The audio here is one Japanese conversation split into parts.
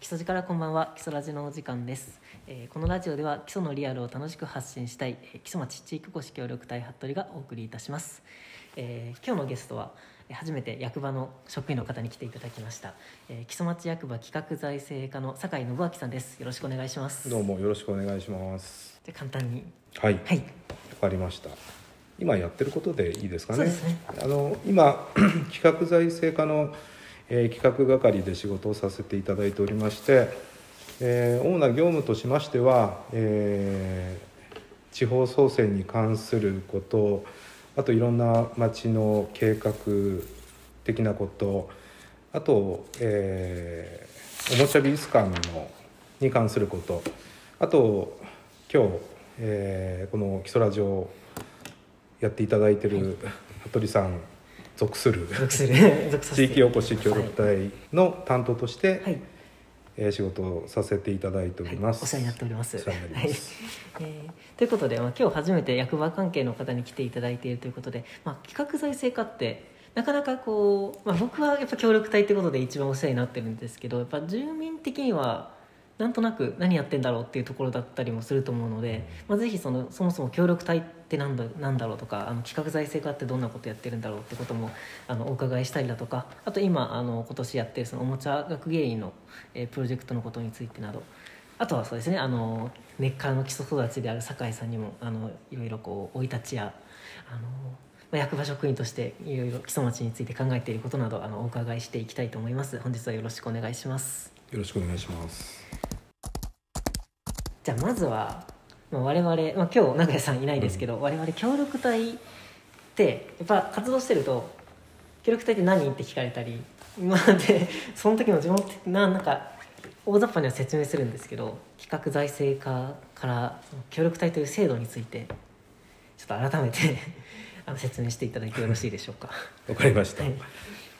基礎からこんばんは基礎ラジのお時間です、えーこのラジオでは基礎のリアルを楽しく発信したい、えー、基礎町地域おこし協力隊服部がお送りいたします、えー今日のゲストはえー初めて役場の職員の方に来ていただきました、えー、基礎町役場企画財政課の酒井信明さんですよろしくお願いしますどうもよろしくお願いします。じゃあ簡単にはい、 はいわかりました。今やってることでいいですかね。そうですねあの今 企画財政課の、えー企画係で仕事をさせていただいておりまして、えー主な業務としましては、えー地方創生に関すること、あといろんな町の計画的なこと、あと、えーおもちゃ美術館のに関すること、あと今日、えーこの基礎ラジオやっていただいてる服部さん属する属する属さ地せて域おこし協力隊の担当として、はいえー仕事をさせていただいております、はいお世話になっておりますお世話になりますえーということで、まあ、今日初めて役場関係の方に来ていただいているということで、まあ、企画財政課ってなかなかこう、まあ、僕はやっぱ協力隊ってことで一番お世話になってるんですけどやっぱ住民的にはなんとなく何やってんだろうっていうところだったりもすると思うので、まあ、ぜひそのそもそも協力隊ってなんだなんだろうとかあの企画財政課ってどんなことやってるんだろうってこともあのお伺いしたりだとかあと今あの今年やってるそのおもちゃ学芸員の、えープロジェクトのことについてなどあとはそうですねあの根っからの基礎育ちである酒井さんにもあのいろいろこう生い立ちやあの、まあ、役場職員としていろいろ基礎町について考えていることなどあのお伺いしていきたいと思います本日はよろしくお願いしますよろしくお願いしますじゃあまずは、まあ、我々、まあ、今日名古屋さんいないですけど、我々協力隊ってやっぱ活動してると協力隊って何って聞かれたりまあで その時も自分ってななんか大雑把には説明するんですけど企画財政課からその協力隊という制度についてちょっと改めて あの説明していただいてよろしいでしょうか。わかりました、はい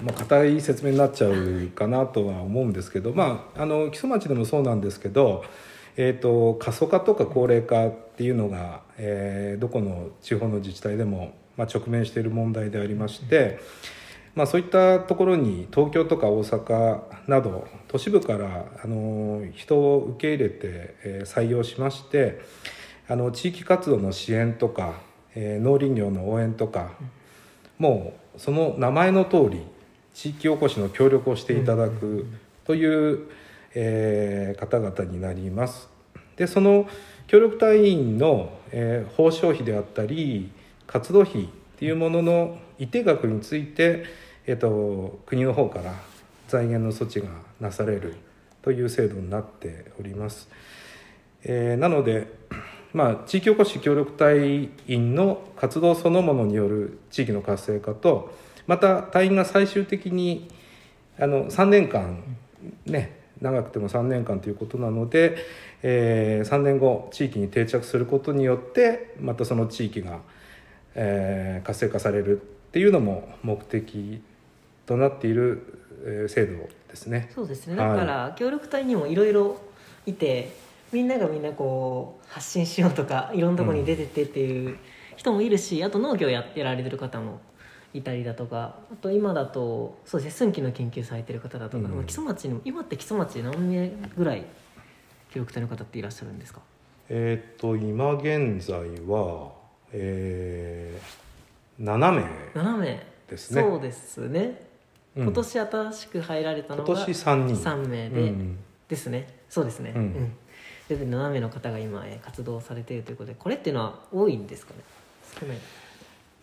まあ、固い説明になっちゃうかなとは思うんですけど、まあ、あの木曽町でもそうなんですけど、えー、と過疎化とか高齢化っていうのが、えーどこの地方の自治体でも、まあ、直面している問題でありまして、まあ、そういったところに東京とか大阪など都市部からあの人を受け入れて、えー採用しましてあの地域活動の支援とか、えー農林業の応援とか、もうその名前の通り地域おこしの協力をしていただくという、えー方々になります。でその協力隊員の、えー報奨費であったり活動費っていうものの一定額について、えー、と国の方から財源の措置がなされるという制度になっております。えーなので、まあ、地域おこし協力隊員の活動そのものによる地域の活性化とまた隊員が最終的にあの3年間ね長くても3年間ということなので、え3年後地域に定着することによってまたその地域が、えー活性化されるっていうのも目的となっている、えー制度ですね。そうですねだはいから協力隊にもいろいろいてみんながみんなこう発信しようとかいろんなところに出てってっていう人もいるし、あと農業やってられてる方もいたりだとかあと今だとそうですね寸の研究されてる方だとか、うんまあ基礎町にも今って基礎町で何名ぐらい協力隊の方っていらっしゃるんですかえーっと今現在は、えー、7名7名ですねそうですね、うん今年新しく入られたの今が年3人3名で、うんですねそうですね、ううんんで7名の方が今えー活動されているということでこれっていうのは多いんですかね少ないい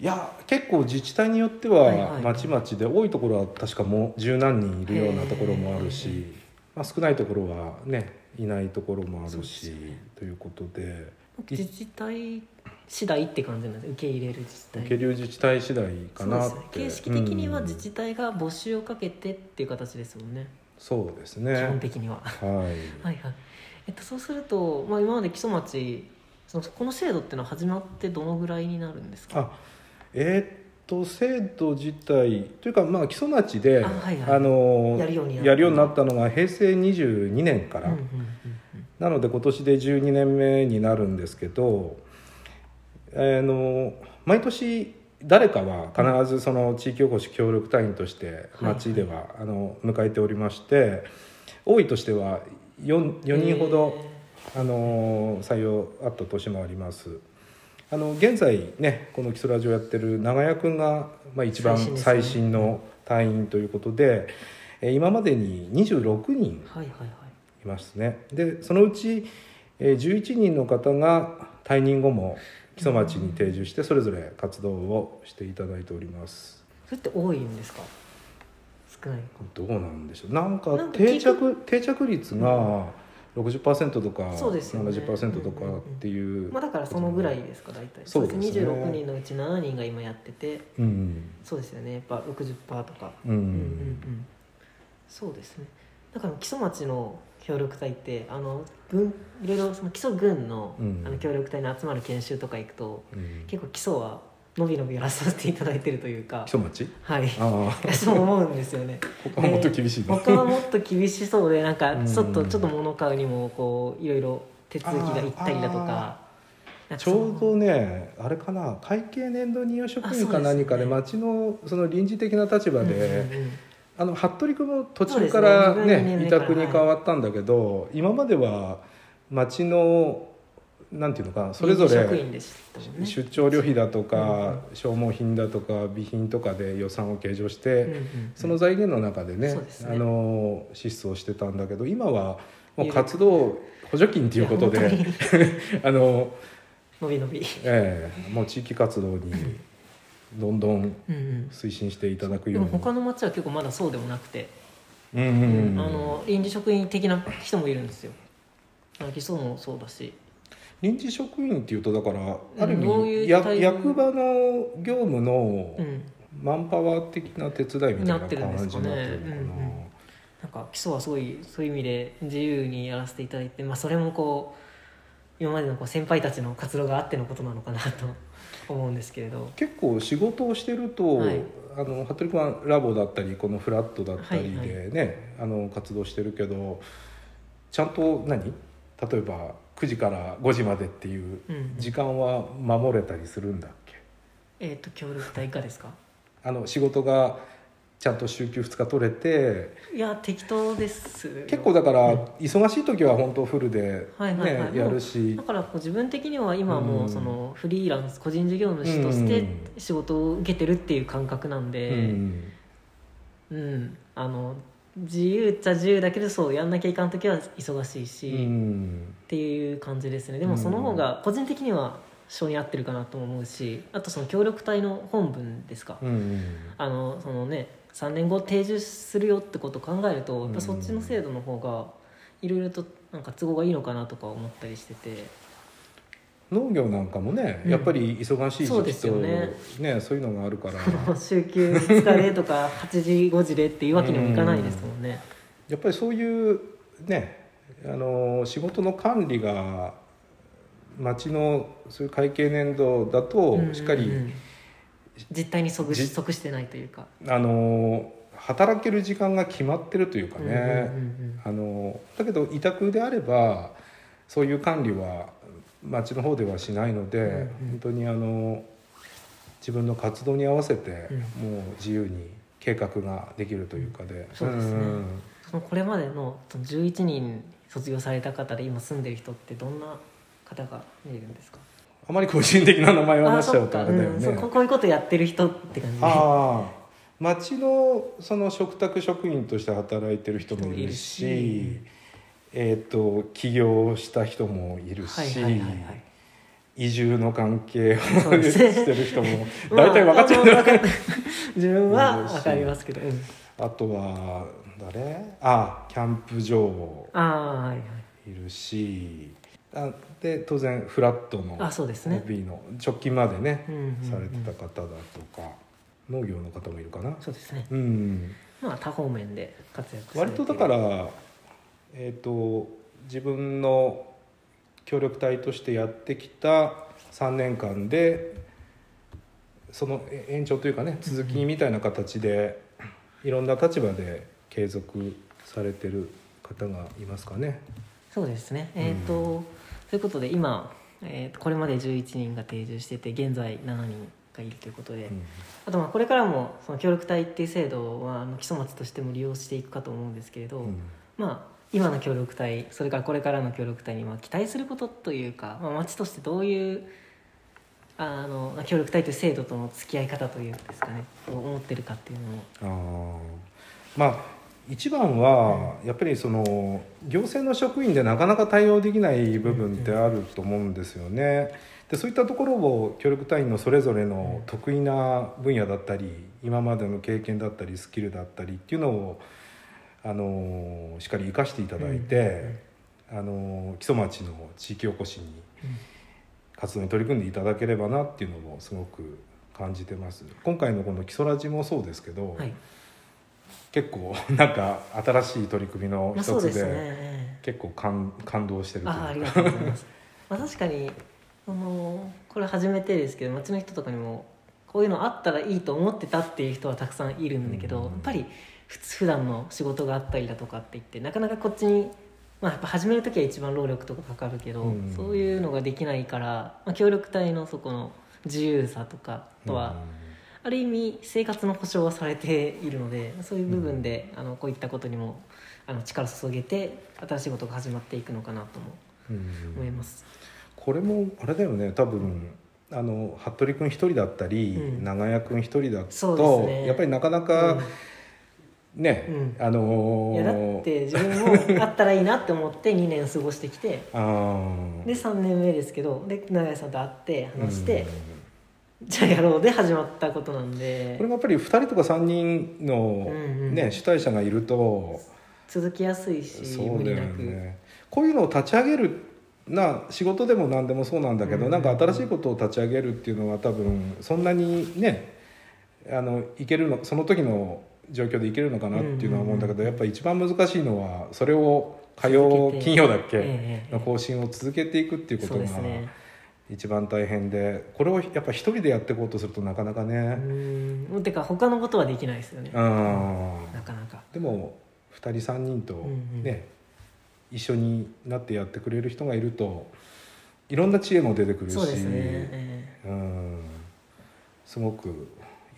や結構自治体によってはいははいまちまちで、多いところは確かもう十何人いるようなところもあるへし、まあ、少ないところはねいないところもあそうるですし、よねということで自治体次第って感じなんです受け入れる自治体受け流自治体次第かなってそうですね、形式的には自治体が募集をかけてっていう形ですもんね、うんそうです基本ね的には はいはいはい、えっと、そうすると、まあ、今まで基礎町そのこの制度っていうのは始まってどのぐらいになるんですかあえーっと制度自体というか、まあ、基礎町でああはいはいのやるようになったやるようになったのが平成22年から、うんうんうんなので今年で12年目になるんですけど、あの毎年誰かは必ずその地域おこし協力隊員としてはい町では、あの迎えておりまして、多いとしては 4, 4人ほど、えーあのー採用あった年もありますあの現在ねこの基礎ラジオやってる長屋君が、まあ、一番最新ですね最新の隊員ということで、えー今までに26人はいはいはいいますねでそのうちえー11人の方が退任後も木曽町に定住してそれぞれ活動をしていただいておりますそれって多いんですか少ないどうなんでしょうなんかなんか定聞着定着率が60%とかそうですよね70%とかっていうまあだからそのぐらいですか大体そうですね26人のうち7人が今やっててうんそうですよねやっぱ60%とかうん、うんうんうんそうですねだから基礎町の協力隊ってあの軍いろいろその基礎軍の,、うんあの協力隊に集まる研修とか行くとうん結構基礎はのびのびやらさせていただいてるというか基礎町はいああそう思うんですよね他はもっと厳しい な、他はもっと厳しそうでなんかうんちょっとちょっと物買うにもこういろいろ手続きが行ったりだとかなんかちそのょうどねあれかな会計年度任用職あ員そうかですね何かで、町のその臨時的な立場で、うんうんうんあの服部君も途そう中ですかねら自分ねの年齢委から託に変わったんだけど、今までは町のなんていうのかなそれぞ臨時職れ員でしたもんね出張旅費だとうんか、消耗品だとか備品とかで予算を計上して、うんうんうんその財源の中でねそうですねあの支出をしてたんだけど今はもう活動補助金ということいやで本 あの、当にのびのびええもう地域活動にどんどんうんうん推進していただくでようもに。他の町は結構まだそうでもなくて、うんうんうんあの臨時職員的な人もいるんですよあの基礎もそうだし臨時職員っていうとだからある意味、どういうや対応役場の業務のうんマンパワー的な手伝いみたいななってるんで感すじかねになってるのかうなんうんなんか基礎はすごいそういう意味で自由にやらせていただいて、まあ、それもこう今までのこう先輩たちの活動があってのことなのかなと 思うんですけれど結構仕事をしてると、はいあの服部君はラボだったりこのフラットだったりはいでね、あの活動してるけどちゃんと何例えば9時から5時までっていううんうん時間は守れたりするんだっけ、えっ、と協力隊かですかあの仕事がちゃんと週休2日取れていや適当ですよ結構だから忙しい時は本当フルで、はいはいはいね、やるしだからこう自分的には今はもううんそのフリーランス個人事業主としうてん仕事を受けてるっていう感覚なんで、うんうん、あの自由っちゃ自由だけどそうやんなきゃいかん時は忙しいし、うっんていう感じですねでもその方が個人的には性に合ってるかなとも思うしあとその協力隊の本文ですか、うんあのそのね3年後定住するよってことを考えるとやっぱそっちの制度の方がいろいろとなんか都合がいいのかなとか思ったりして て農業なんかもね、うんやっぱり忙しいそう時で期すとよねねそういうのがあるから週休2日でとか8時5時でっていうわけにもいかないですもんね。やっぱりそういうねあの仕事の管理が町のそういう会計年度だとうんうんうんしっかり、実態に即しじ即してないというか。あの働ける時間が決まってるというかうんうね、んうんうんあのだけど委託であればそういう管理は町の方ではしないので、うんうん本当にあの自分の活動に合わせて、もう自由に計画ができるというかで、そうですねんそのこれまでのその11人卒業された方で今住んでる人ってどんな方が見えるんですかあまり個人的な名前は出しちゃそうとあか、れだようんね。そうここういうことやってる人って感じあ あ町のその嘱託職員として働いてる人もいるし人もいるしえー、と起業した人もいるはし、いはいはいはい移住の関係をそうですねしてる人も大体分かっち ゃうんだまああの分よかねっ自分は分かりますけど、うんあとは誰あキャンプ場ああはいはいいるしあで当然フラットのあそうですね OB の直近までねうんうんうんされてた方だとか農業の方もいるかな。そうですねうんまあ多方面で活躍され割てとるだから、えー、と自分の協力隊としてやってきた3年間でそのえ延長というかね続きみたいな形でいろんな立場で継続されてる方がいますかね。そうですね。えっ、と、ということで今、えーとこれまで11人が定住してて現在7人がいるということで、うんあとまあこれからもその協力隊っていう制度はあの基礎町としても利用していくかと思うんですけれど、うんまあ、今の協力隊それからこれからの協力隊にまあ期待することというか、まあ、町としてどういうあの協力隊という制度との付き合い方というんですかねを思ってるかっていうのも。あーまあ一番はやっぱりその行政の職員でなかなか対応できない部分ってあると思うんですよね。でそういったところを協力隊員のそれぞれの得意な分野だったり今までの経験だったりスキルだったりっていうのをあのしっかり生かしていただいてあの木曽町の地域おこしに活動に取り組んでいただければなっていうのもすごく感じてます。今回のこの木曽ラジもそうですけど、はい結構なんか新しい取り組みのまあ、一そうでつすねでええ結構感感動してるというああありかがとうございます、 まあ、確かにあのこれ初めてですけど街の人とかにもこういうのあったらいいと思ってたっていう人はたくさんいるんだけど、うんやっぱり普通普段の仕事があったりだとかって言ってなかなかこっちに、まあ、やっぱ始める時は一番労力とかかかるけど、うんそういうのができないから、まあ、協力隊のそこの自由さとかあとは、ある意味生活の保障はされているのでそういう部分で、あのこういったことにもあの力を注げて新しいことが始まっていくのかなともうん思います。これもあれだよね多分あの服部君一人だったり、うん長屋君一人だそうと、ですねやっぱりなかなうかんね、うんあいやだっのーて自分もあったらいいなって思って2年過ごしてきてあーで3年目ですけどで長屋さんと会って話してうん、じゃあやろうで始まったことなんでこれがやっぱり2人とか3人の、うんうんね主体者がいると続きやすいし、そう無理だよなく、ねこういうのを立ち上げるな仕事でも何でもそうなんだけど、うんなんか新しいことを立ち上げるっていうのは多分そんなにねあのいけるのその時の状況でいけるのかなっていうのは思うんだけど、うんやっぱ一番難しいのはそれを火曜続けて金曜だっけ、ええの更新を続けていくっていうこそうとがですね一番大変でこれをやっぱ一人でやっていこうとするとなかなかうね、んてか他のことはできないですよねうん、なかなかでも2人3人とね、うんうん一緒になってやってくれる人がいるといろんな知恵も出てくるしそうですね、えうんすごく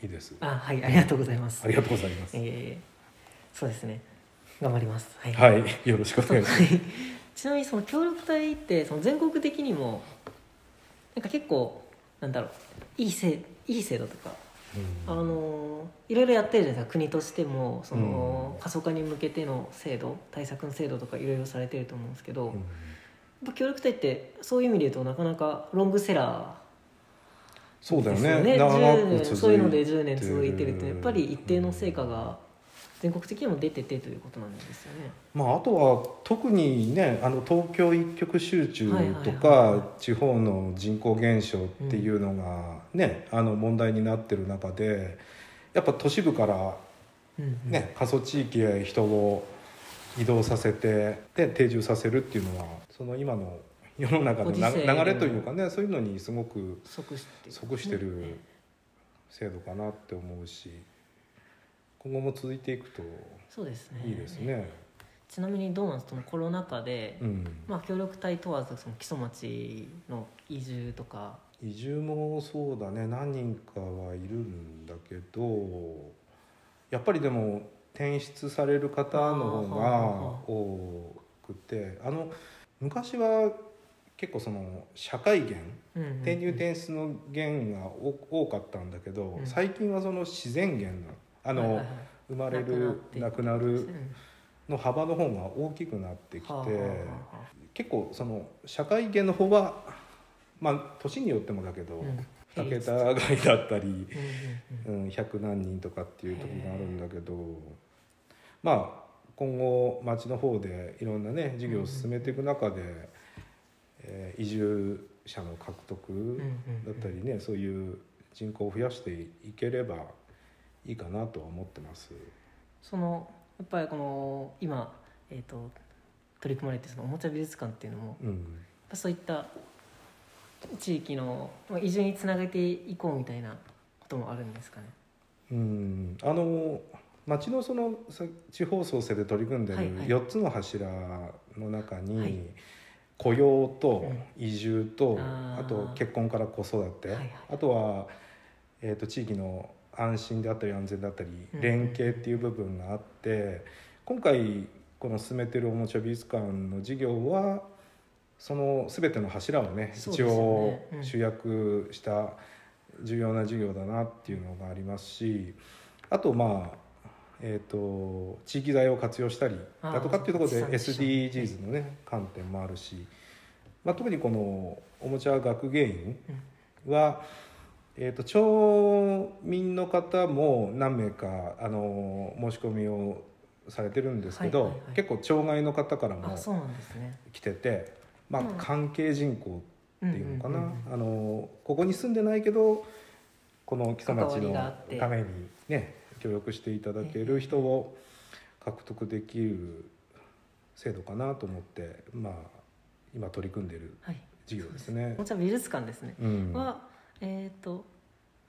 いいですえああはいありがとうございますりがとうございます、ええそうですね頑張りますはいはいよろしくお願いしますはい ちなみにその協力隊ってその全国的にもなんか結構なんだろういい制いい制度とか、あのいろいろやってるじゃないですか国としてもその、うん過疎化に向けての制度対策の制度とかいろいろされてると思うんですけど、うんやっぱ協力隊ってそういう意味で言うとなかなかロングセラそうーだでよすよねね長10く年続そういうのでいてる10年続いてるとやっぱり一定の成果が全国的にも出ててということなんですよね。まあ、あとは特にねあの東京一極集中とか、はいはいはいは地方の人口減少っていうのが、ねあの問題になってる中でやっぱ都市部から、うんうんね過疎地域へ人を移動させてで定住させるっていうのはその今の世の中のごな時世の流れというかねそういうのにすごく即して即してる制度かなって思うし今後も続いていくとそうですねいいですね。ちなみにどうなんですかそのコロナ禍で、うんまあ、協力隊問わずその木曽町の移住とか移住もそうだね何人かはいるんだけどやっぱりでも転出される方あのーはあは方が多くてあの昔は結構その社会源うんうんうん転入転出の源が多多かったんだけど、うん最近はその自然源のはあいの、はいはい生まれなくなっるてなくなうんるの幅の方が大きくなってきて。はあはあは結構その社会源の方はまあ年によってもだけあど、う二ん2桁外だったり、うんうんうんうん、100何人とかっていう時があるんだけどまあ今後町の方でいろんなね事業を進めていく中で、えー移住者の獲うんう得んだったりね、そういう人口を増やしていければいいかなとは思ってます。そのやっぱりこの今、えー、と取り組まれてるそのおもちゃ美術館っていうのもやっうんぱそういった地域のまあ移住につなげていこうみたいなこともあるんですかね。うん、あの町のそのさ地方創生で取り組んでるはいはい4つの柱の中に、はい雇用と移住と、うんあーあと結婚から子育て、はいはいあとは、えー、と地域の安心であったり安全であったりうん連携っていう部分があって、今回この進めてるおもちゃ美術館の事業はその全ての柱をねそうです一よね応うん集約した重要な事業だなっていうのがありますしあとまあえー、と地域財を活用したりだとかっていうところであーそうそう SDGs のね観点もあるし、まあ、特にこのおもちゃ学芸員は、えー、と町民の方も何名かあの申し込みをされてるんですけど、はいはいはい結構町外の方からもあそうなんですね来てて、まあうん、関係人口っていうのかな、うんうんうんあのここに住んでないけどこの基礎関町わりのがあってためにね協力していただける人を獲得できる制度かなと思って、まあ、今取り組んでるはい事業ですねおも。ちゃ美術館ですね、うんはえっ、と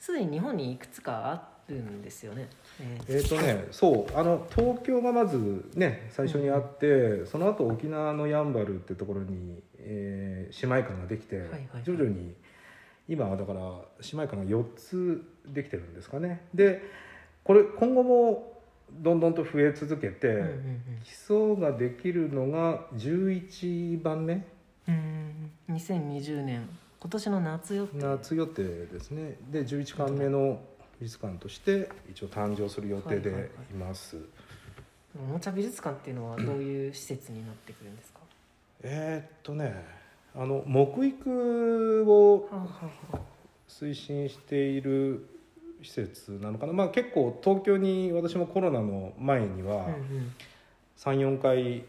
すでに日本にいくつかあるんですよね、えーえーとね、そうあの東京がまず、ね、最初にあって、その後沖縄のやんばるってところに、えー姉妹館ができて、はいはいはい徐々に今はだから姉妹館が4つできてるんですかねでこれ今後もどんどんと増え続けて、うんうん基礎ができるのが11番目うんうーん2020年今年の夏よって夏予定ですねで11巻目の美術館として一応誕生する予定はいはいはでいいます。おもちゃ美術館っていうのはどういう施設になってくるんですかえーっとねあの木育はをあはあは推進している施設なのかな、まあ、結構東京に私もコロナの前にあはうんうん34回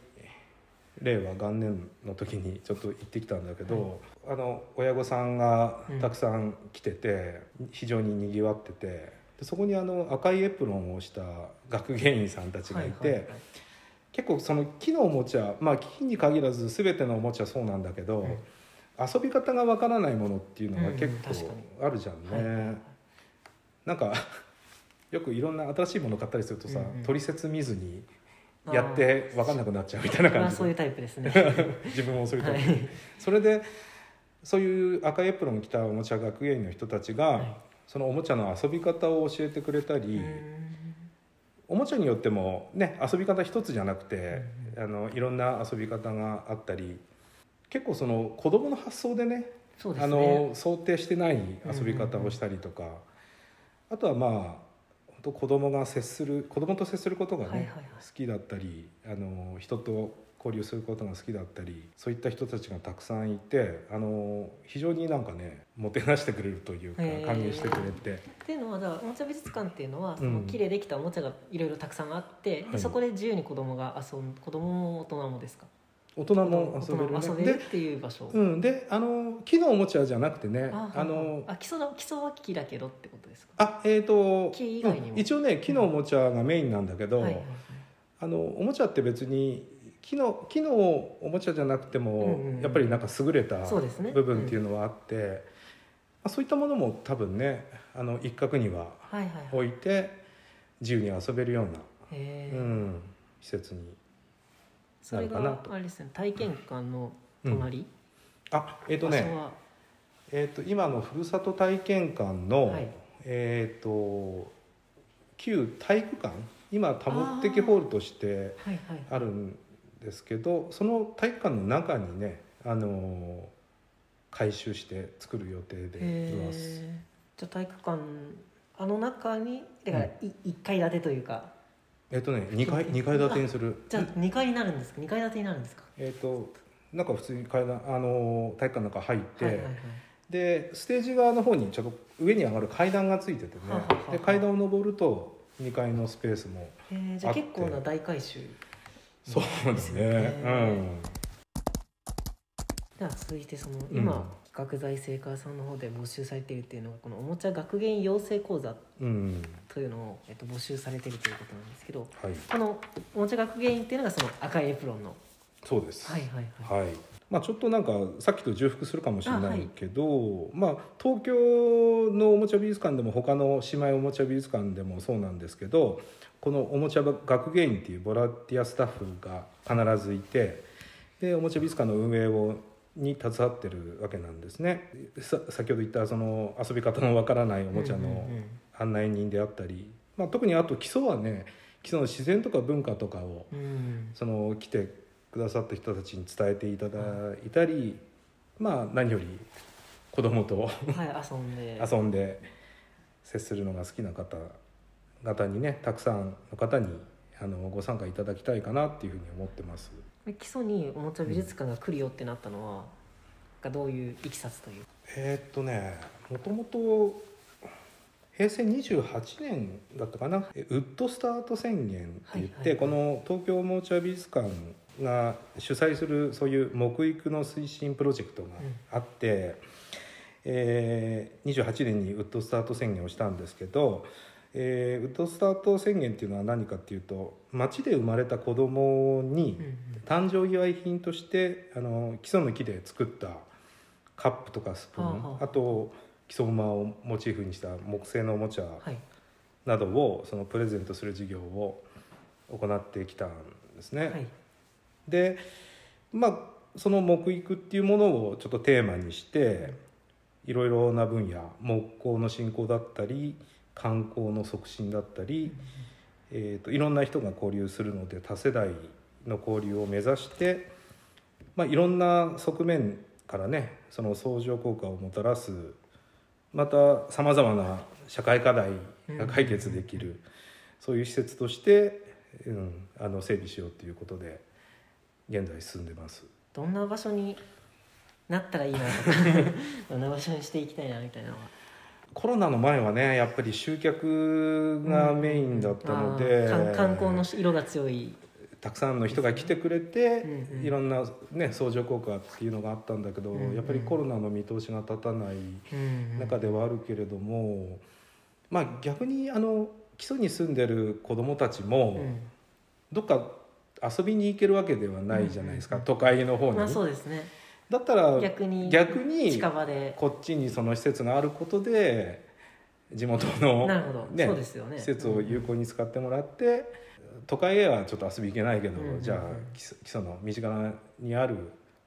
令和元年の時にちょっと行ってきたんだけど、あの親御さんがたくさん来てて、非常ににぎわっててでそこにあの赤いエプロンをした学芸員さんたちがいて。はいはいはい結構その木のおもちゃまあ木に限らず全てのおもちゃそうなんだけど、うん遊び方がわからないものっていうのがうんうん結確か構あるじゃんね、なんか よくいろんな新しいもの買ったりするとさ、うんうん取説見ずにやってわかんなくなっちゃうみたいなま感あじそうで、いうタイプ ですねは自分もそういうタイプいそれでそういう赤いエプロンを着たおもちゃ学芸員の人たちが、いそのおもちゃの遊び方を教えてくれたり、うんおもちゃによってもね遊び方一つじゃなくて、あのいろんな遊び方があったり結構その子供の発想でねそうですねあの想定してない遊び方をしたりとか、あとはまあ本当子供が接する子供と接することがね、はいはいはい好きだったりあの人と交流することが好きだったりそういった人たちがたくさんいてあの非常になんかねもてなしてくれるというかへー歓迎してくれて。っていうのはだからおもちゃ美術館っていうのはんその木でできたおもちゃがいろいろたくさんあって、はでいそこで自由に子供が遊ん子供も大人もですか大人大人もも遊べる、ね、遊べるっていう場所、うん、であの木のおもちゃじゃなくてねああののあ基礎の基礎は木だけどってことですかあえっ、と木以外にもうん一応ね木のおもちゃがメインなんだけはど、いはいはいあのおもちゃって別に木の木のおもちゃじゃなくても、うんうんうんやっぱりなんか優れたそうですね部分っていうのはあってそう,、まあ、そういったものも多分ねあの一角にははいはいはい置いて自由に遊べるような、へーうん、施設にそれなのがかなとあれですね体験館の隣、あえっ、と場所ねはえー、と今のふるさと体験館の、はいえっ、と旧体育館今多目的ホールとしてはいはいあるんですけどその体育館の中にね、あのー改修して作る予定でいへます。ーじゃあ体育館あの中にだからい一階建てというかえっ、とね2階二階建てにするじゃあ二階になるんですか二階建てになるんですかえっ、となんか普通に階段、あのー体育館の中入って、はいはいはいでステージ側の方にちょっと上に上がる階段がついててねははははで階段を上ると2階のスペースもえー、じゃああって結構な大改修そうですね。うんでは続いてその今、企画財政課さんの方で募集されているっていうのがこのおもちゃ学芸員養成講座うん。うん。というのを、えっと、募集されているということなんですけどはい。このおもちゃ学芸員っていうのがその赤いエプロンのそうです。はいはいはいはい。まあちょっとなんかさっきと重複するかもしれあはないいけど、まあ東京のおもちゃ美術館でも他の姉妹おもちゃ美術館でもそうなんですけど、このおもちゃ学芸員っていうボランティアスタッフが必ずいて、でおもちゃ美術館の運営をに携わってるわけなんですね。さ先ほど言ったその遊び方のわからないおもちゃのうんうんうん案内人であったり、まあ、特にあと基礎はね基礎の自然とか文化とかをうんその来てくださった人たちに伝えていただいたり、まあ何より子供とはい遊んで遊んで接するのが好きな方々にねたくさんの方にあのご参加いただきたいかなっていうふうに思ってます。基礎におもちゃ美術館が来るよってなったのは、なんかどういういきさつというかえーっとねもともと平成28年だったかなえウッドスタート宣言って言って、はいはいはいこの東京モーチャー美術館が主催するそういう木育の推進プロジェクトがあって、えー28年にウッドスタート宣言をしたんですけど、えーウッドスタート宣言っていうのは何かっていうと町で生まれた子供に、うんうん誕生祝い品としてあの基礎の木で作ったカップとかスプーン、はあはああと基礎馬をモチーフにした木製のおもちゃはいなどをそのプレゼントする事業を行ってきたんですね。はいでまあその木育っていうものをちょっとテーマにしていろいろな分野木工の振興だったり観光の促進だったり、えー、といろんな人が交流するので多世代の交流を目指して、まあ、いろんな側面からねその相乗効果をもたらすまたさまざまな社会課題が解決できる、そういう施設として、うん、あの整備しようということで現在進んでます。どんな場所になったらいいな とかどんな場所にしていきたいなみたいなのはコロナの前はねやっぱり集客がメインだったので、あー観観光の色が強いたくさんの人が来てくれて、うんうんいろんな、ね、相乗効果っていうのがあったんだけど、うんうんやっぱりコロナの見通しが立たない中ではあるけれども、まあ、逆にあの基礎に住んでる子どもたちも、うんどっか遊びに行けるわけではないじゃないですか、都会の方に。まあそうですねだったら逆に逆に近場でこっちにその施設があることで地元の、なるほどねそうですよね施設を有効に使ってもらって、都会へはちょっと遊び行けないけど、うんうんうんじゃあ基礎基礎の身近にある、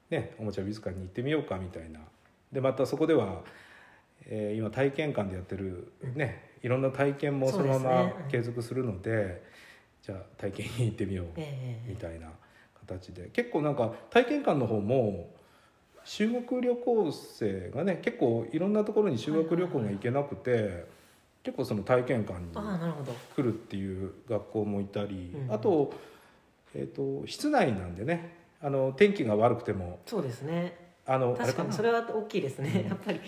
ね、おもちゃ美術館に行ってみようかみたいなでまたそこでは、えー今体験館でやってる、ね、いろんな体験もそのまそうでますねうん継続するのでじゃあ体験に行ってみようええみたいな形で結構なんか体験館の方も修学旅行生がね結構いろんなところに修学旅行が行けなくて、結構その体験館にああなるほど来るっていう学校もいたり、うんあと,、えー、と室内なんでねあの天気が悪くてもそうですねあのあれ確かかになそれは大きいですね、やっぱり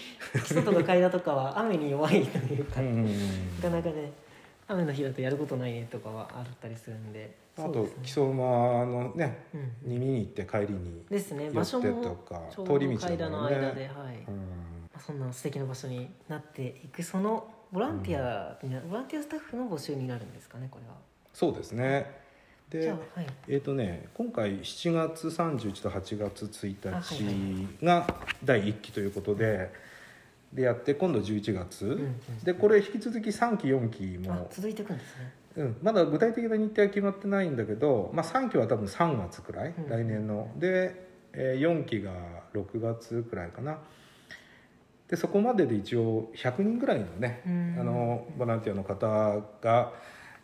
基礎とか階段とかは雨に弱いというか、うんうんうんなかなかね雨の日だとやることないねとかはあったりするんであそうとですね基礎馬のねうんに見に行って帰りに、ですね寄って場所もとかちょう通どり道だもんね階段の間で、はいうんまあそんな素敵な場所になっていくそのボランティアにな、ボランティアスタッフの募集になるんですかねこれはそうですねでじゃあはいえーとね、今回7月31日と8月あはい1日が第1期ということで,、でやって今度11月、んうんでこれ引き続き3期4期あも、続いていくんですねうん、まだ具体的な日程は決まってないんだけど、まあ、3期は多分3月くらい、うん来年ので、え4期が6月くらいかなでそこまでで一応100人ぐらいのね、うんあのボランティアの方が、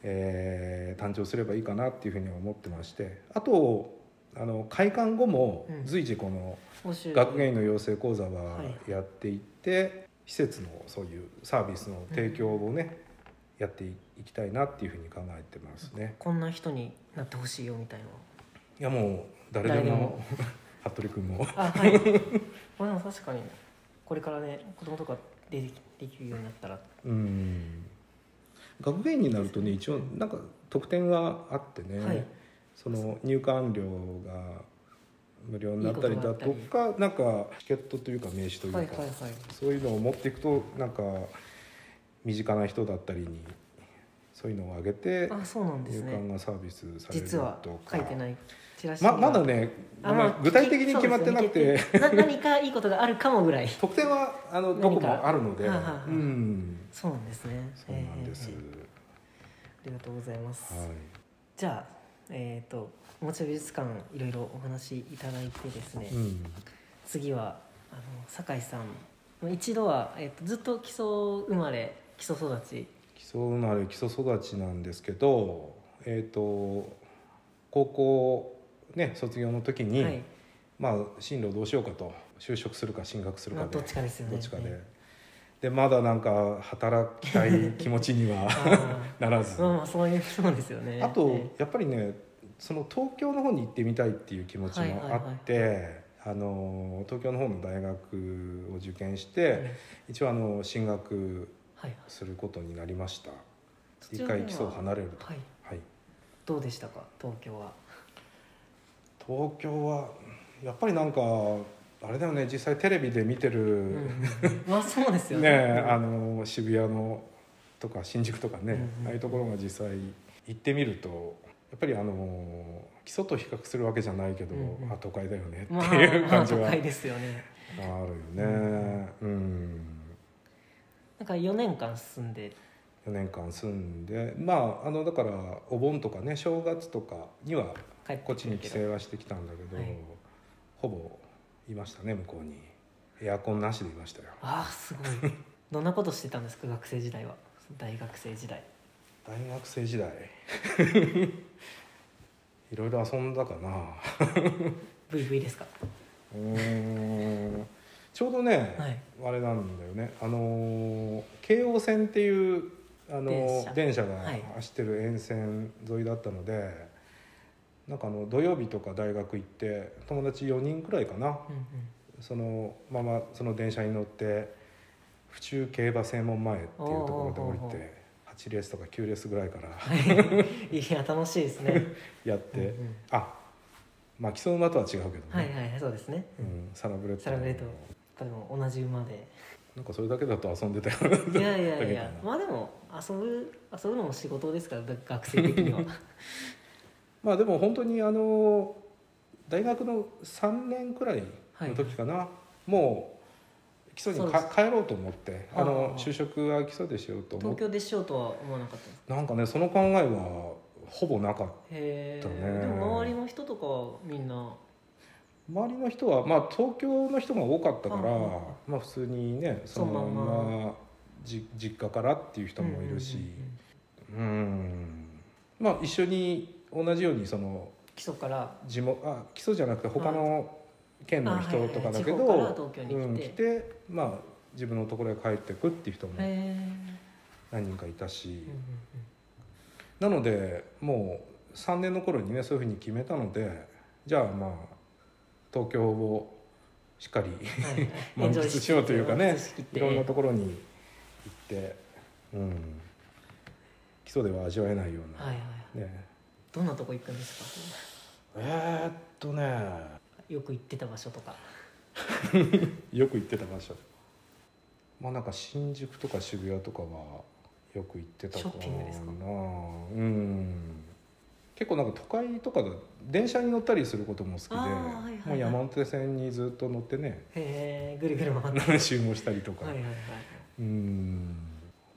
えー誕生すればいいかなっていうふうには思ってましてあとあの開館後もうん随時この募集学芸員の養成講座ははいやっていって、施設のそういうサービスの提供をね、やっていきたいなっていうふうに考えてますね。こんな人になってほしいよみたいないやもう誰で誰でもも 服部君も あはい まあでも確かにこれからね子供とか出てきできるようになったらうん学芸員になるとね一応なんか特典があってね、はいその入館料が無料になったりだいといこかなんかチケットというか名刺というか、はいはいはいそういうのを持っていくとなんか身近な人だったりにそういうのをあげてあそうなんです入ね館がサービスされる実はとか書いてないチラシにまはまだねあまあごめん具体的に決まってなくそうでてすねな何かいいことがあるかもぐらい特典はあのどこもあるので、何かはあはあうん、そうなんですね そうなんです、えーえーえーありがとうございます、はいじゃあえっ、とおもちゃ美術館いろいろお話いただいてですね、うん、次はあの酒井さん一度は、えー、とずっと基礎生まれ基礎育ち基礎生まれ基礎育ちなんですけど、えっ、と高校ね卒業の時に、はいまあ進路どうしようかと就職するか進学するかまあどっちかですよねどっちかで、ねでまだなんか働きたい気持ちに はあ ならずまあまあそういうそうですよねあえとやっぱりねその東京の方に行ってみたいっていう気持ちもあって、あの東京の方の大学を受験して、え一応あの進学はいはいすることになりましたそちら一では回基礎を離れると、はいはい、どうでしたか東京は東京はやっぱりなんかあれだよね実際テレビで見てうる、んまあそうですよねねえあの渋谷のとか新宿とかね、うんうんああいうところが実際行ってみるとやっぱりあの基礎と比較するわけじゃないけど、うんうんあ都会だよねってまあいう感じまはああ都会るですよねよねうん、なんか4年間住んで4年間住んでまああのだからお盆とかね正月とかには帰ってこっちにき帰てる省はしてきたんだけど、はいほぼいましたね向こうにエアコンなしでいましたよああすごいどんなことしてたんですか学生時代は大学生時代大学生時代 いろいろ遊んだかな VV ですかうーんちょうどね、はいあれなんだよねあのー京王線っていうあ電のー車電車がはい走ってる沿線沿いだったので、なんかあの土曜日とか大学行って友達4人くらいかなうんうん そのままその電車に乗って府中競馬正門前っていうところで降りおーおーおーて8レースとか9レースぐらいからはいいや楽しいですねやって、うんうんあまあ基礎馬とは違うけどね、はいはいそうですねうん、サラブレッドサラブレッドでも同じ馬 でなんかそれだけだと遊んでたよ いやいやだいけどやなまあでも遊ぶ遊ぶのも仕事ですからだ学生的 にはまあでも本当にあの大学の3年くらいの時かな、もう基礎にかそう帰ろうと思ってあのあー就職は基礎でしようと思っ東て京でしようとは思わなかったですなんかねその考えはほぼなかったへだえねでも周りの人とかはみんな周りの人はまあ東京の人が多かったから、うんうんうんまあ普通にねそのまそのまんまじ実家からっていう人もいるし、うんうんうんうんうんまあ一緒に同じようにその基礎から地元あ基礎じゃなくて他の県の人とかだけど、あはいはい地方から東京うにん来て来てまあ自分のところへ帰ってくっていう人もへえ何人かいたし、うんうんうんなのでもう3年の頃にねそういうふうに決めたのでじゃあまあ東京をし っかりはいはい 満喫しようというかね満喫しきっていろんなところに行って、うん、基礎では味わえないような、はいはいはいねどんなとこ行くんですえーっとねかよく行ってた場所とかよく行ってた場所まあなんか新宿とか渋谷とかはよく行ってたかなショッピングですかうん結構なんか都会とかだ電車に乗ったりすることも好きで、あーはいはいはいもう山手線にずっと乗ってね へえぐるぐる回って集合したりとか、はいはいはい、うん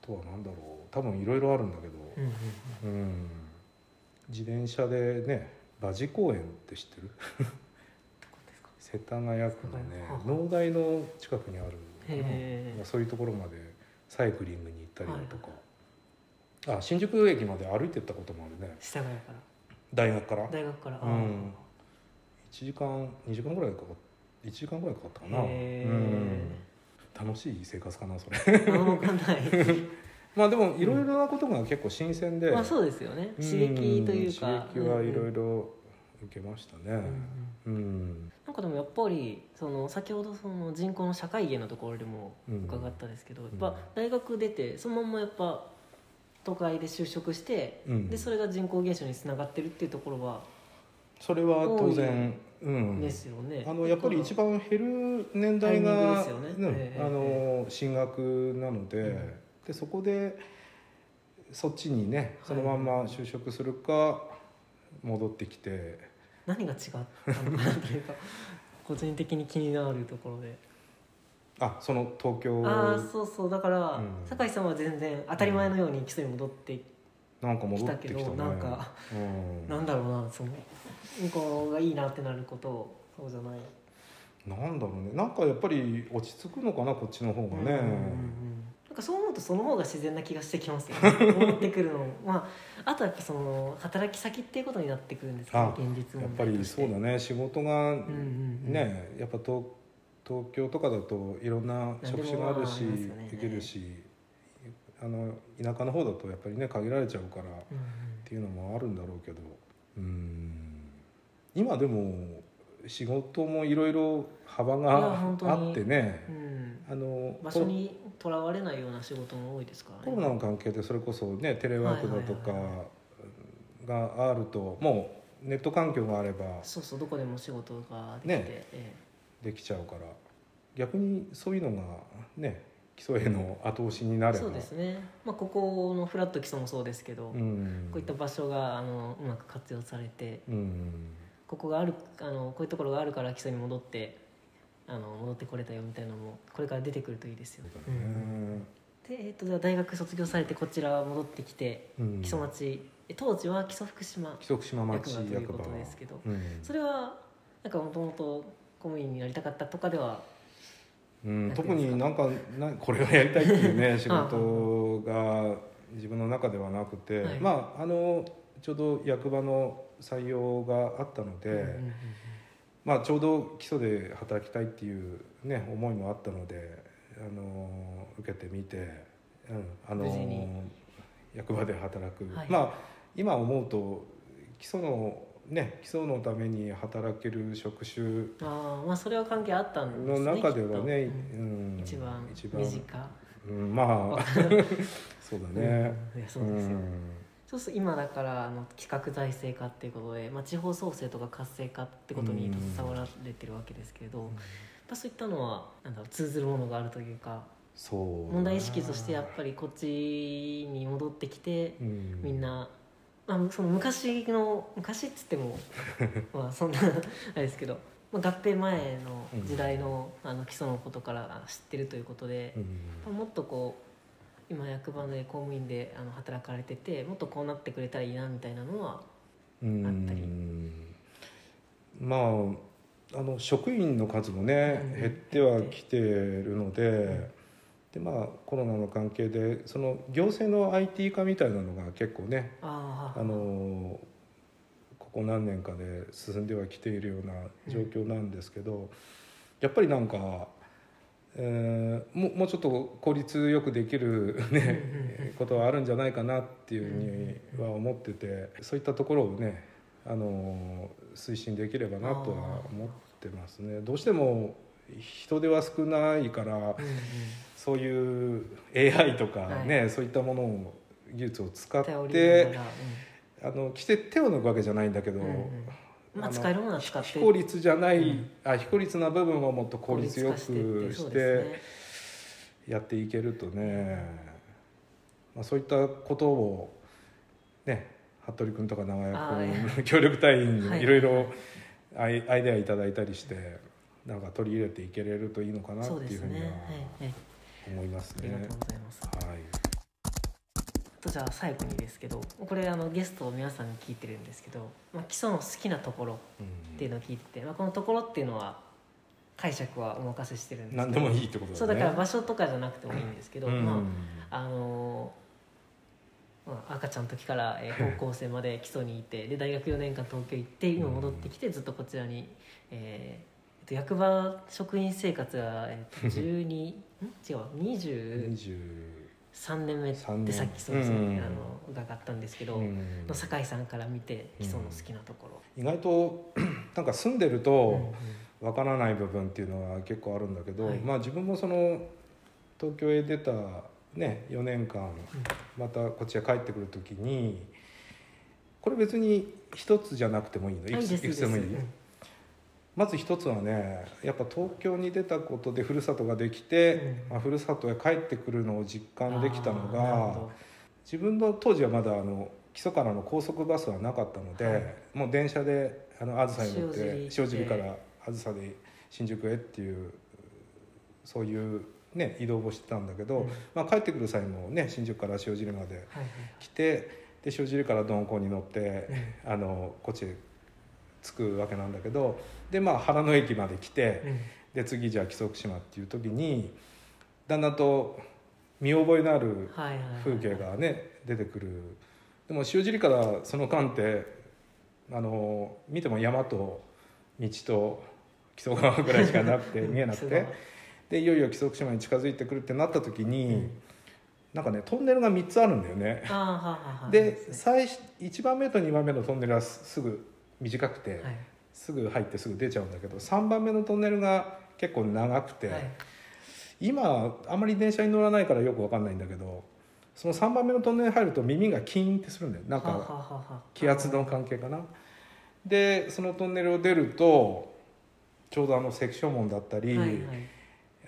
あとは何だろう多分いろいろあるんだけど、うんうんうん自転車でね馬事公園って知ってる世田谷区のね世田谷農大の近くにある、へえまあそういうところまでサイクリングに行ったりだとか、あ新宿駅まで歩いてったこともあるね下谷から大学から大学からあうーん1時間2時間ぐらいかかっ1時間ぐらいかかったかな、うへーん、楽しい生活かなそれ あわかんないまあでもいろいろなことが結構新鮮で、まあそうですよね刺激というかん刺激はいろういんろ受けましたねうんうんうん、なんかでもやっぱりその先ほどその人口の社会芸のところでもうん伺ったですけど、んやっぱ大学出てそのまんまやっぱ都会で就職して、うんでそれが人口減少につながってるっていうところはそれは当然、うん、ですよね、あのやっぱり一番番減る年代がタイミングですよねうんええあの進学なので,、うんでそこでそっちにねそのまんま就職するか戻ってきて何が違ったのかなというか個人的に気になるところであその東京ああそうそうだから、うん酒井さんは全然当たり前のように基礎に戻って、なんか戻ってきた来ねたけどなんかうん、なんだろうなその向こうがいいなってなることをそうじゃない、なんだろうねなんかやっぱり落ち着くのかなこっちの方がね、うんうんうんなんかそう思うとその方が自然な気がしてきますよね思ってくるのもまああとはやっぱその働き先っていうことになってくるんですあよね現実やっ問ぱ題りとしてそうだね仕事がうんうんうんねやっぱ東東京とかだといろんな職種があるし何でもまあありますよねできるしあの田舎の方だとやっぱりね限られちゃうからっうんうんていうのもあるんだろうけどうん今でも仕事もいろいろ幅いやが本当にあってねうんあの場所にとらわれないような仕事も多いですからコロナの関係でそれこそねテレワークだとかはいはいはがあるともうネット環境があればそうそうどこでも仕事ができて、ねええできちゃうから逆にそういうのがね基礎への後押しになればそうですね、まあ、ここのフラット基礎もそうですけど、こん、ういった場所があのうまく活用されてうんここがあるあのこういうところがあるから基礎に戻ってあの戻ってこれたよみたいなのもこれから出てくるといいですよ、そうだねで、えっとじゃあ大学卒業されてこちら戻ってきてうん木曽町え当時は木曽福島木曽福島町役場という役こ場とですけどうんそれはなんかもともと公務員になりたかったとかではうん、特になんかなこれがやりたいって い うね仕事が自分の中ではなくて、はいまああのちょうど役場の採用があったので、うんうんうんまあ、ちょうど基礎で働きたいっていう、ね、思いもあったので、あのー受けてみて、うんあのー無事に役場で働く、はいまあ、今思うと基礎の、ね、基礎のために働ける職種ああまあそれは関係あったんでのすね中ではね、きっとうんうん一番身近うん、まあ そうだね。うんいやそうですよ、んそうそう今だからあの企画財政化っていうことで、まあ、地方創生とか活性化ってことに携わられてるわけですけれど、やっぱそういったのはなんだろう通ずるものがあるというかそうだな問題意識としてやっぱりこっちに戻ってきてうみんな、まあ、その昔の昔っつってもまあそんなあれですけど、まあ、合併前の時代の,、あの基礎のことから知ってるということで、うんまあもっとこう今役場で公務員であの働かれててもっとこうなってくれたらいいなみたいなのはうんあったりまああの職員の数もね、うん減ってはきてるので、でまあコロナの関係でその行政の IT 化みたいなのが結構ねあああのここ何年かで進んではきているような状況なんですけど、やっぱりなんか、えーもうもうちょっと効率よくできる、ね、ことはあるんじゃないかなっていうふうには思っててそういったところをねあの推進できればなとは思ってますね。どうしても人手は少ないからうんうんそういう AI とかね、はそういったものを技術を使っ頼りながてら、あの来て手を抜くわけじゃないんだけうど、んうんうんまあ、あの使えるものは使って非効率じゃない、うんあ非効率な部分はもっと効率よく効率化しってってそうてですねやっていけるとね、まあ、そういったことをね服部君とか長屋君 協力隊員はにいいろいろアイアイデアいただいたりしてなんか取り入れていけれるといいのかなそうってでいうすふうにはねはいはい思いますありね。がとうございますはいあとじゃあ最後にですけどこれあのゲストを皆さんに聞いてるんですけど、まあ、基礎の好きなところうんっていうのを聞いてて、まあ、このところっていうのは解釈はお任せしてるんですけど何でもいいってことだね。そうだから場所とかじゃなくてもいいんですけど、うんまああのーまあ、赤ちゃんの時から、え ー高校生まで基礎にいてで大学4年間東京行って今戻ってきてずっとこちらに、えーえっと役場職員生活が、えっと 12ん違うわ23 20年目っ三て年さっきそうですね、うんあの伺ったんですけど、うんの酒井さんから見て基礎の好きなところ。意外と なんか住んでるうんうんとわからない部分っていうのは結構あるんだけど、はいまあ自分もその東京へ出た、ね、4年間またこっちへ帰ってくる時にこれ別に一つじゃなくてもいいのいあくいいつでいすいいくでつすでもいいうんまず一つはねやっぱ東京に出たことでふるさとができて、うんまあ、ふるさとへ帰ってくるのを実感できたのあーなるがほ。ど自分の当時はまだあの基礎からの高速バスはなかったので、はいもう電車であのあずさに乗って塩尻行って塩尻からあずさで新宿へっていうそういう、ね、移動をしてたんだけど、うんまあ、帰ってくる際もね新宿から塩尻まではいはい来てで塩尻から鈍行に乗って、あのこっちへ着くわけなんだけどでまあ原野駅まで来て。うんで次じゃあ規則島っていう時にだんだんと見覚えのあるはいはいはい風景がね出てくるでも塩尻からその間ってあの見ても山と道と木曽川ぐらいしかなく て見えなく木曽川てでいよいよ木曽島に近づいてくるってなった時に、なんかねトンネルが3つあるんだよね。ああはいはいはいでそうす最初1番目と2番目のトンネルはすすぐ短くて、ねはいすぐ入ってすぐ出ちゃうんだけど3番目のトンネルが結構長くて、はい今あんまり電車に乗らないからよくわかんないんだけどその3番目のトンネル入ると耳がキーンってするんだよなんはあはあかはあはあ気圧の関係かなでそのトンネルを出るとちょうどあの関所門だったり、はいはい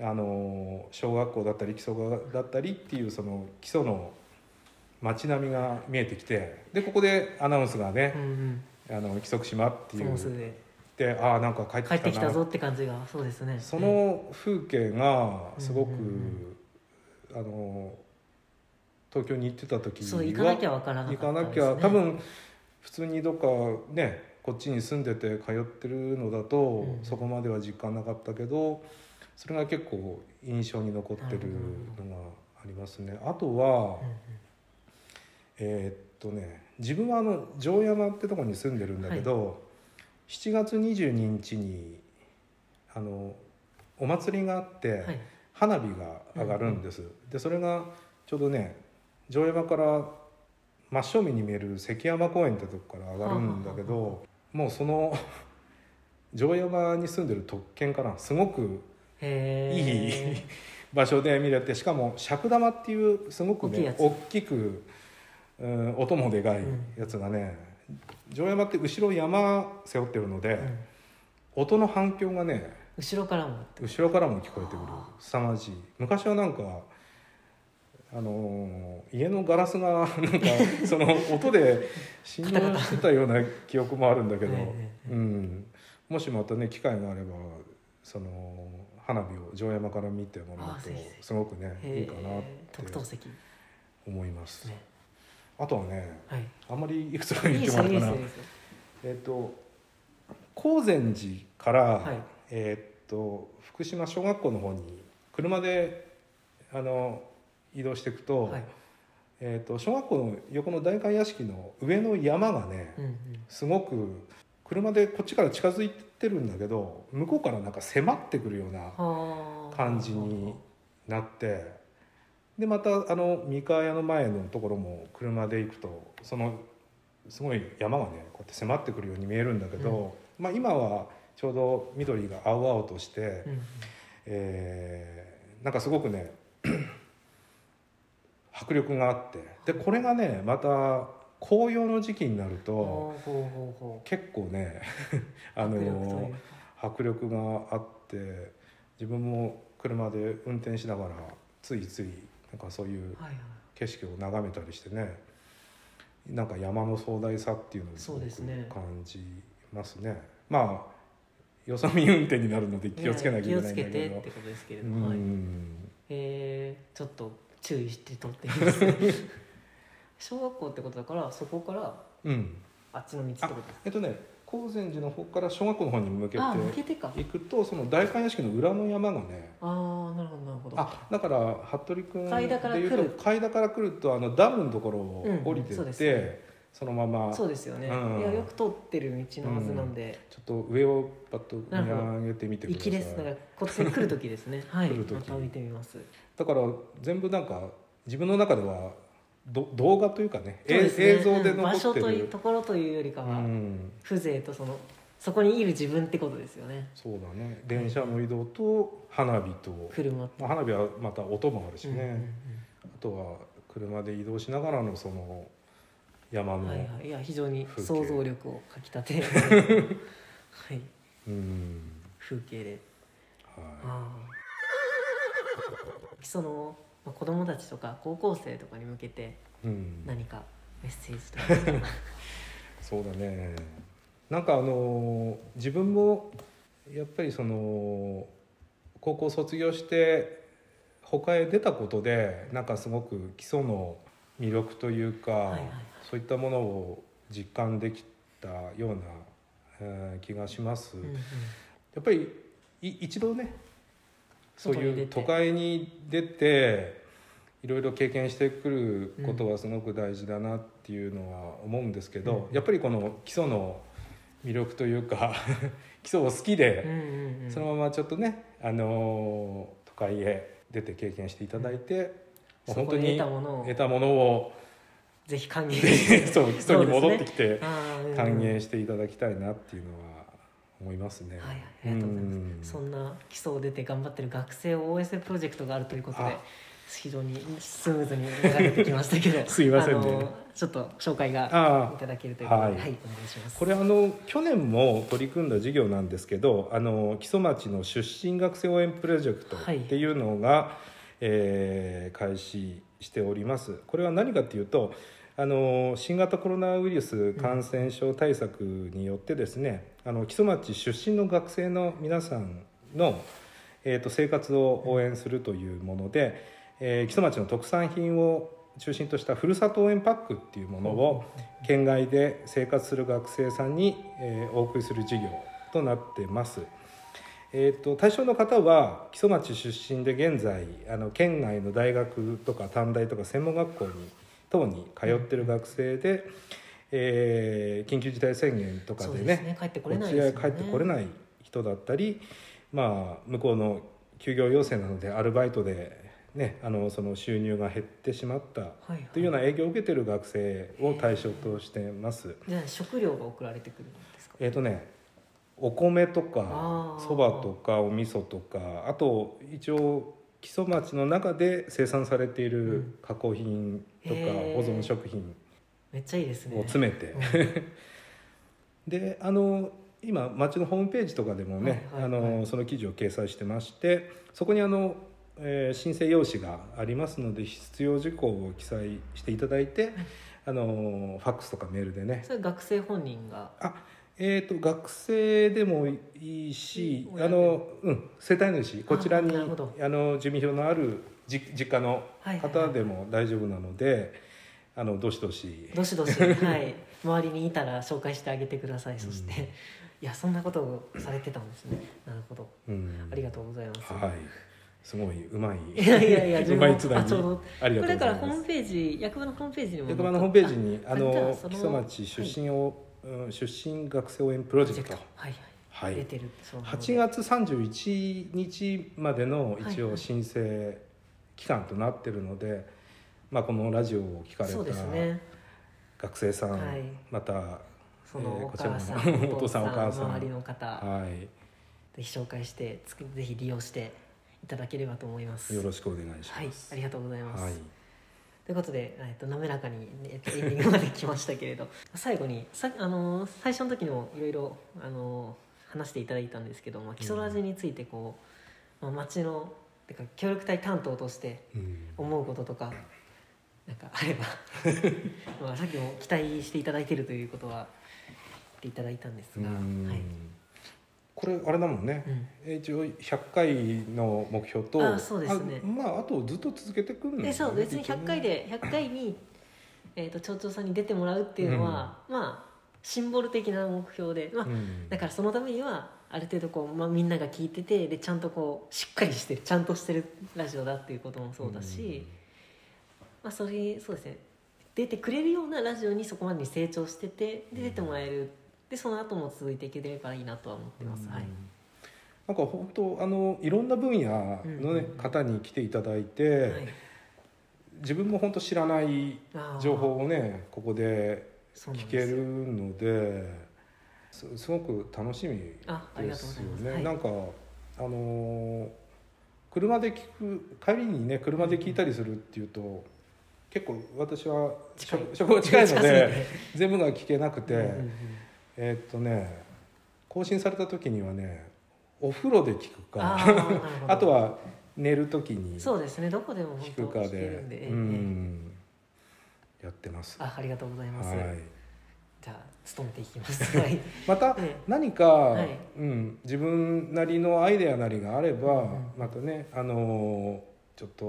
あの小学校だったり基礎がだったりっていうその基礎の街並みが見えてきてでここでアナウンスがねうんうん「あの規則島」ってそういでうすねでああなんか帰ってき帰たなってきたぞって感じがそうですねその風景がすごうく、んうんあの東京に行ってた時はそう行かなきゃわからな行かかったなですきねゃ多分普通にどっかねこっちに住んでて通ってるのだと、うんそこまでは実感なかったけどそれが結構印象に残ってるのがありますね。あとは、うんうんえーっとね自分はあの城山ってとこに住んでるんだけど、7月22日にあのお祭りがあって、はい花火が上がるんです、でそれがちょうどね城山から真正面に見える関山公園ってとこから上がるんだはあけはどもうその 城山に住んでる特権かなすごくへえ場所で見れてしかも尺玉っていうすごく大きいやねつ大きく、うん、音もでかいやつがね、城山って後ろ山背負ってるので、うん音の反響がね後ろからも後ろからも聞こえてくるあ凄まじい昔はなんかあのー家のガラ スがなんかその音で振動してたような記憶もあるんだけど、ええうん、もしまたね機会があればその花火を城山から見てもらあうとぜひぜひすごくねいいへかなっえ特等て席で思いますす、ねあとはねはいあんまりいくつかいい言でってすもらよっいいですよいたないですよえっ、と高善寺から、はいえっ、と福島小学校の方に車であの移動していくと,、はいえっ、と小学校の横の大官屋敷の上の山がね、うんうんすごく車でこっちから近づいてるんだけど向こうからなんか迫ってくるようなはあ感じになってでまたあの三河屋の前のところも車で行くとそのすごい山がねこうやって迫ってくるように見えるんだけど、まあ、今はちょうど緑が青々として、うんうんえーなんかすごくね 迫力があってでこれがねまた紅葉の時期になるとほうほうほうほ結構ね うあの迫力というか迫力があって自分も車で運転しながらついついなんかそういうはいはい景色を眺めたりしてねなんか山の壮大さっていうのをそうですね感じますねまあよそ見運転になるので気をつけなきゃいけないんね気だけをつけてど、ってことですけれうどもはいんえー、ちょっと注意して撮ってみます 小学校ってことだからそこからうんあっちの道ってあことですえっとね高善寺の方から小学校の方に向けてああ抜けてか行くとその大観屋敷の裏の山がねああなるほどなるほどあだから服部君階段から来るでいうと階段から来るとあのダムのところをうん降りてって、そうですそねのままちそょうですよね、うんいやよく通ってる道のはずなんで、っと上をパッと見なるほど上げてみてくだ行さきいですだからこっちに来る時ですねはい 来る時また見てみますだから全部なんか自分の中ではど動画というかねそうえですね映像でうん場残所ってというる、ところというよりかうは、ん、風情とそのそこにいる自分ってことですよねそうだね電車の移動と花火と、車まあ、花火はまた音もあるしね、うんうんうんあとは車で移動しながらのその山の、はいはい、いや非常に風景想像力をかき たて、はい、うん風景で、はああ、そのまあ子供たちとか高校生とかに向けてい、うん、何かメッセージとかありますかそうだねなんかあの自分もやっぱりその高校卒業して他へ出たことでなんかすごく基礎の魅力というか、いはいはいそういったものを実感できたような、えー気がします。うんうんやっぱりい一度ねそう外にい出うて都会に出ていろいろ経験してくることはすごく大事だなっていうのは思うんですけど、やっぱりこの基礎の魅力というか 基礎を好きうんで、うんうんそのままちょっとね、あのー都会へ出て経験していただいて、うんもう本当にそこで得たものを得たもの をぜひ歓迎 そう基礎に戻ってきて歓歓迎していただきたいなっていうのは思いますね。はい、ありがとうございます。そんな基礎を出て頑張ってる学生を応援するプロジェクトがあるということであ。非常にスムーズに流れてきましたけど。 すいませんねあのちょっと紹介あがあいただけるということで、は、はいいお願いします。これあの去年も取り組んだ事業なんですけどあの木曽町の出身学生応援プロジェクトはいっていうのが、えー開始しておりますこれは何かっていうとあの新型コロナウイルス感染症対策によってですね、あの木曽町出身の学生の皆さんの、えー、と生活を応援するというもので、えー、木曽町の特産品を中心としたふるさと応援パックっていうものを県外で生活する学生さんに、えーお送りする事業となってます。えー、と対象の方は木曽町出身で現在あの県外の大学とか短大とか専門学校に等に通ってる学生で、えー緊急事態宣言とかそうででねすね。帰ってこれないですよね。こっちへ帰ってこれない人だったり、まあ、向こうの休業要請なのでアルバイトで、ね、あのその収入が減ってしまったはいはいというような影響を受けている学生を対象としてます。じゃあ食料が送られてくるんですか。えーとね、お米とあかーそばとかお味噌とかあと一応木曽町の中で生産されている加工品とかへ保ー存食品めっちゃいいですね。を詰めて、 であの今町のホームページとかでもね、はいはいはいあのその記事を掲載してましてそこにあの、えー申請用紙がありますので必要事項を記載していただいてあのファックスとかメールでねそれ学生本人が。あえー、と学生でもいいしうんあの、うん、世帯主こちらにあなあるほどの住民票のあるじ実家の方でも大丈夫なので、あのどしどしどしどし、 はい、周りにいたら紹介してあげてください。そして、いや、そんなことをされてたんですね。なるほど。うんありがとうございます。はい。すごいうまい。いやいやいや、 うまいつなあちぎょうど。ありこがとれうごかざいらホーまムす。ページ役場のホームページにも載っ役場のホームページにああじゃあのその木曽町出身を、うん出身学生応援プロジェクト。はいははい出い。てるそうなので8月31日までの一はいは応い申請期間となってるので、まあこのラジオを聞かそうですれねた学生さん、はいまたそのえ ーおこちら母のさん、お父さんお母さん周りの方、はいぜひ紹介してつくぜひ利用していただければと思いますよろしくお願いしはいます。ありがとうございます、はいということで、えっと、滑らかに、えっと、エンディングまで来ましたけれど 最後にさ、あのー最初の時にもいろいろ、あのー話していただいたんですけど、まあ、基礎ラジについてこう、まあ、町のてか協力隊担当としてうん思うこととかなんかあれ ばまあさっきも期待していただいてるということは言っていただいたんですが、うんはいこれあれだもんね、うんえー一応100回の目標とあそうですねあまああとずっと続けてくるんだよでねそう別にきっとね100回で100回に、えー、と町長さんに出てもらうっていうのは、まあシンボル的な目標で、まあうんだからそのためにはある程度こう、まあ、みんなが聞いててでちゃんとこうしっかりしてるちゃんとしてるラジオだっていうこともそうだし、まあ、それそうですね出てくれるようなラジオにそこまでに成長しててで出てもらえるでその後も続いていければいいなとは思ってうんます、はい、なんか本当あのいろんな分野の、ねうん方に来ていただいはて、い自分も本当知らないあー情報をねここでそうなん聞ですけよるのですすごく楽しみあありがでとうごすざいよます、ね。はいなんかあのー車で聞く帰りにね車で聞いたりするっていうと、結構私は近い職職場近いの 近すぎで全部が聞けなくて、うんうんうんえーっとね更新された時にはねお風呂で聞くあかーなるほど あとは寝る時にそうですねどこでも本聞当くか聞けるんでで、ええうええん、やってます。あありがとうございます、はいじゃあ勤めていきます はいまたええ何か、いうん、自分なりのアイデアなりがあれば、うんまたね、あのーちょっと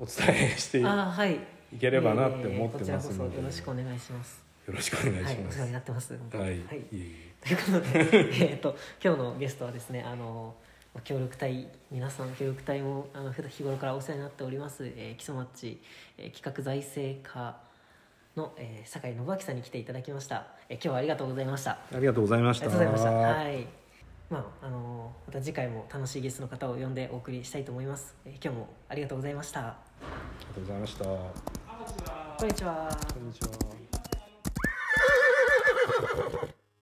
お伝えしてあーはいいければなって思ってええええますのこちらこそで、よろしくお願いしますよろしくお願いはしい、おま世す。話になってます。本当にはい、はい いえいえということで、えっと、今日のゲストはですね、あの。まあ協力隊皆さん協力隊もあの普段日頃からお世話になっております、えー、基礎マッチ、えー企画財政課の、えー、酒井信明さんに来ていただきました、えー今日はありがとうございましたありがとうございましたありがとうございました。はい。まあ、あのまた次回も楽しいゲストの方を呼んでお送りしたいと思います。えー今日もありがとうございました。ありがとうございましたここんにちは。んにちは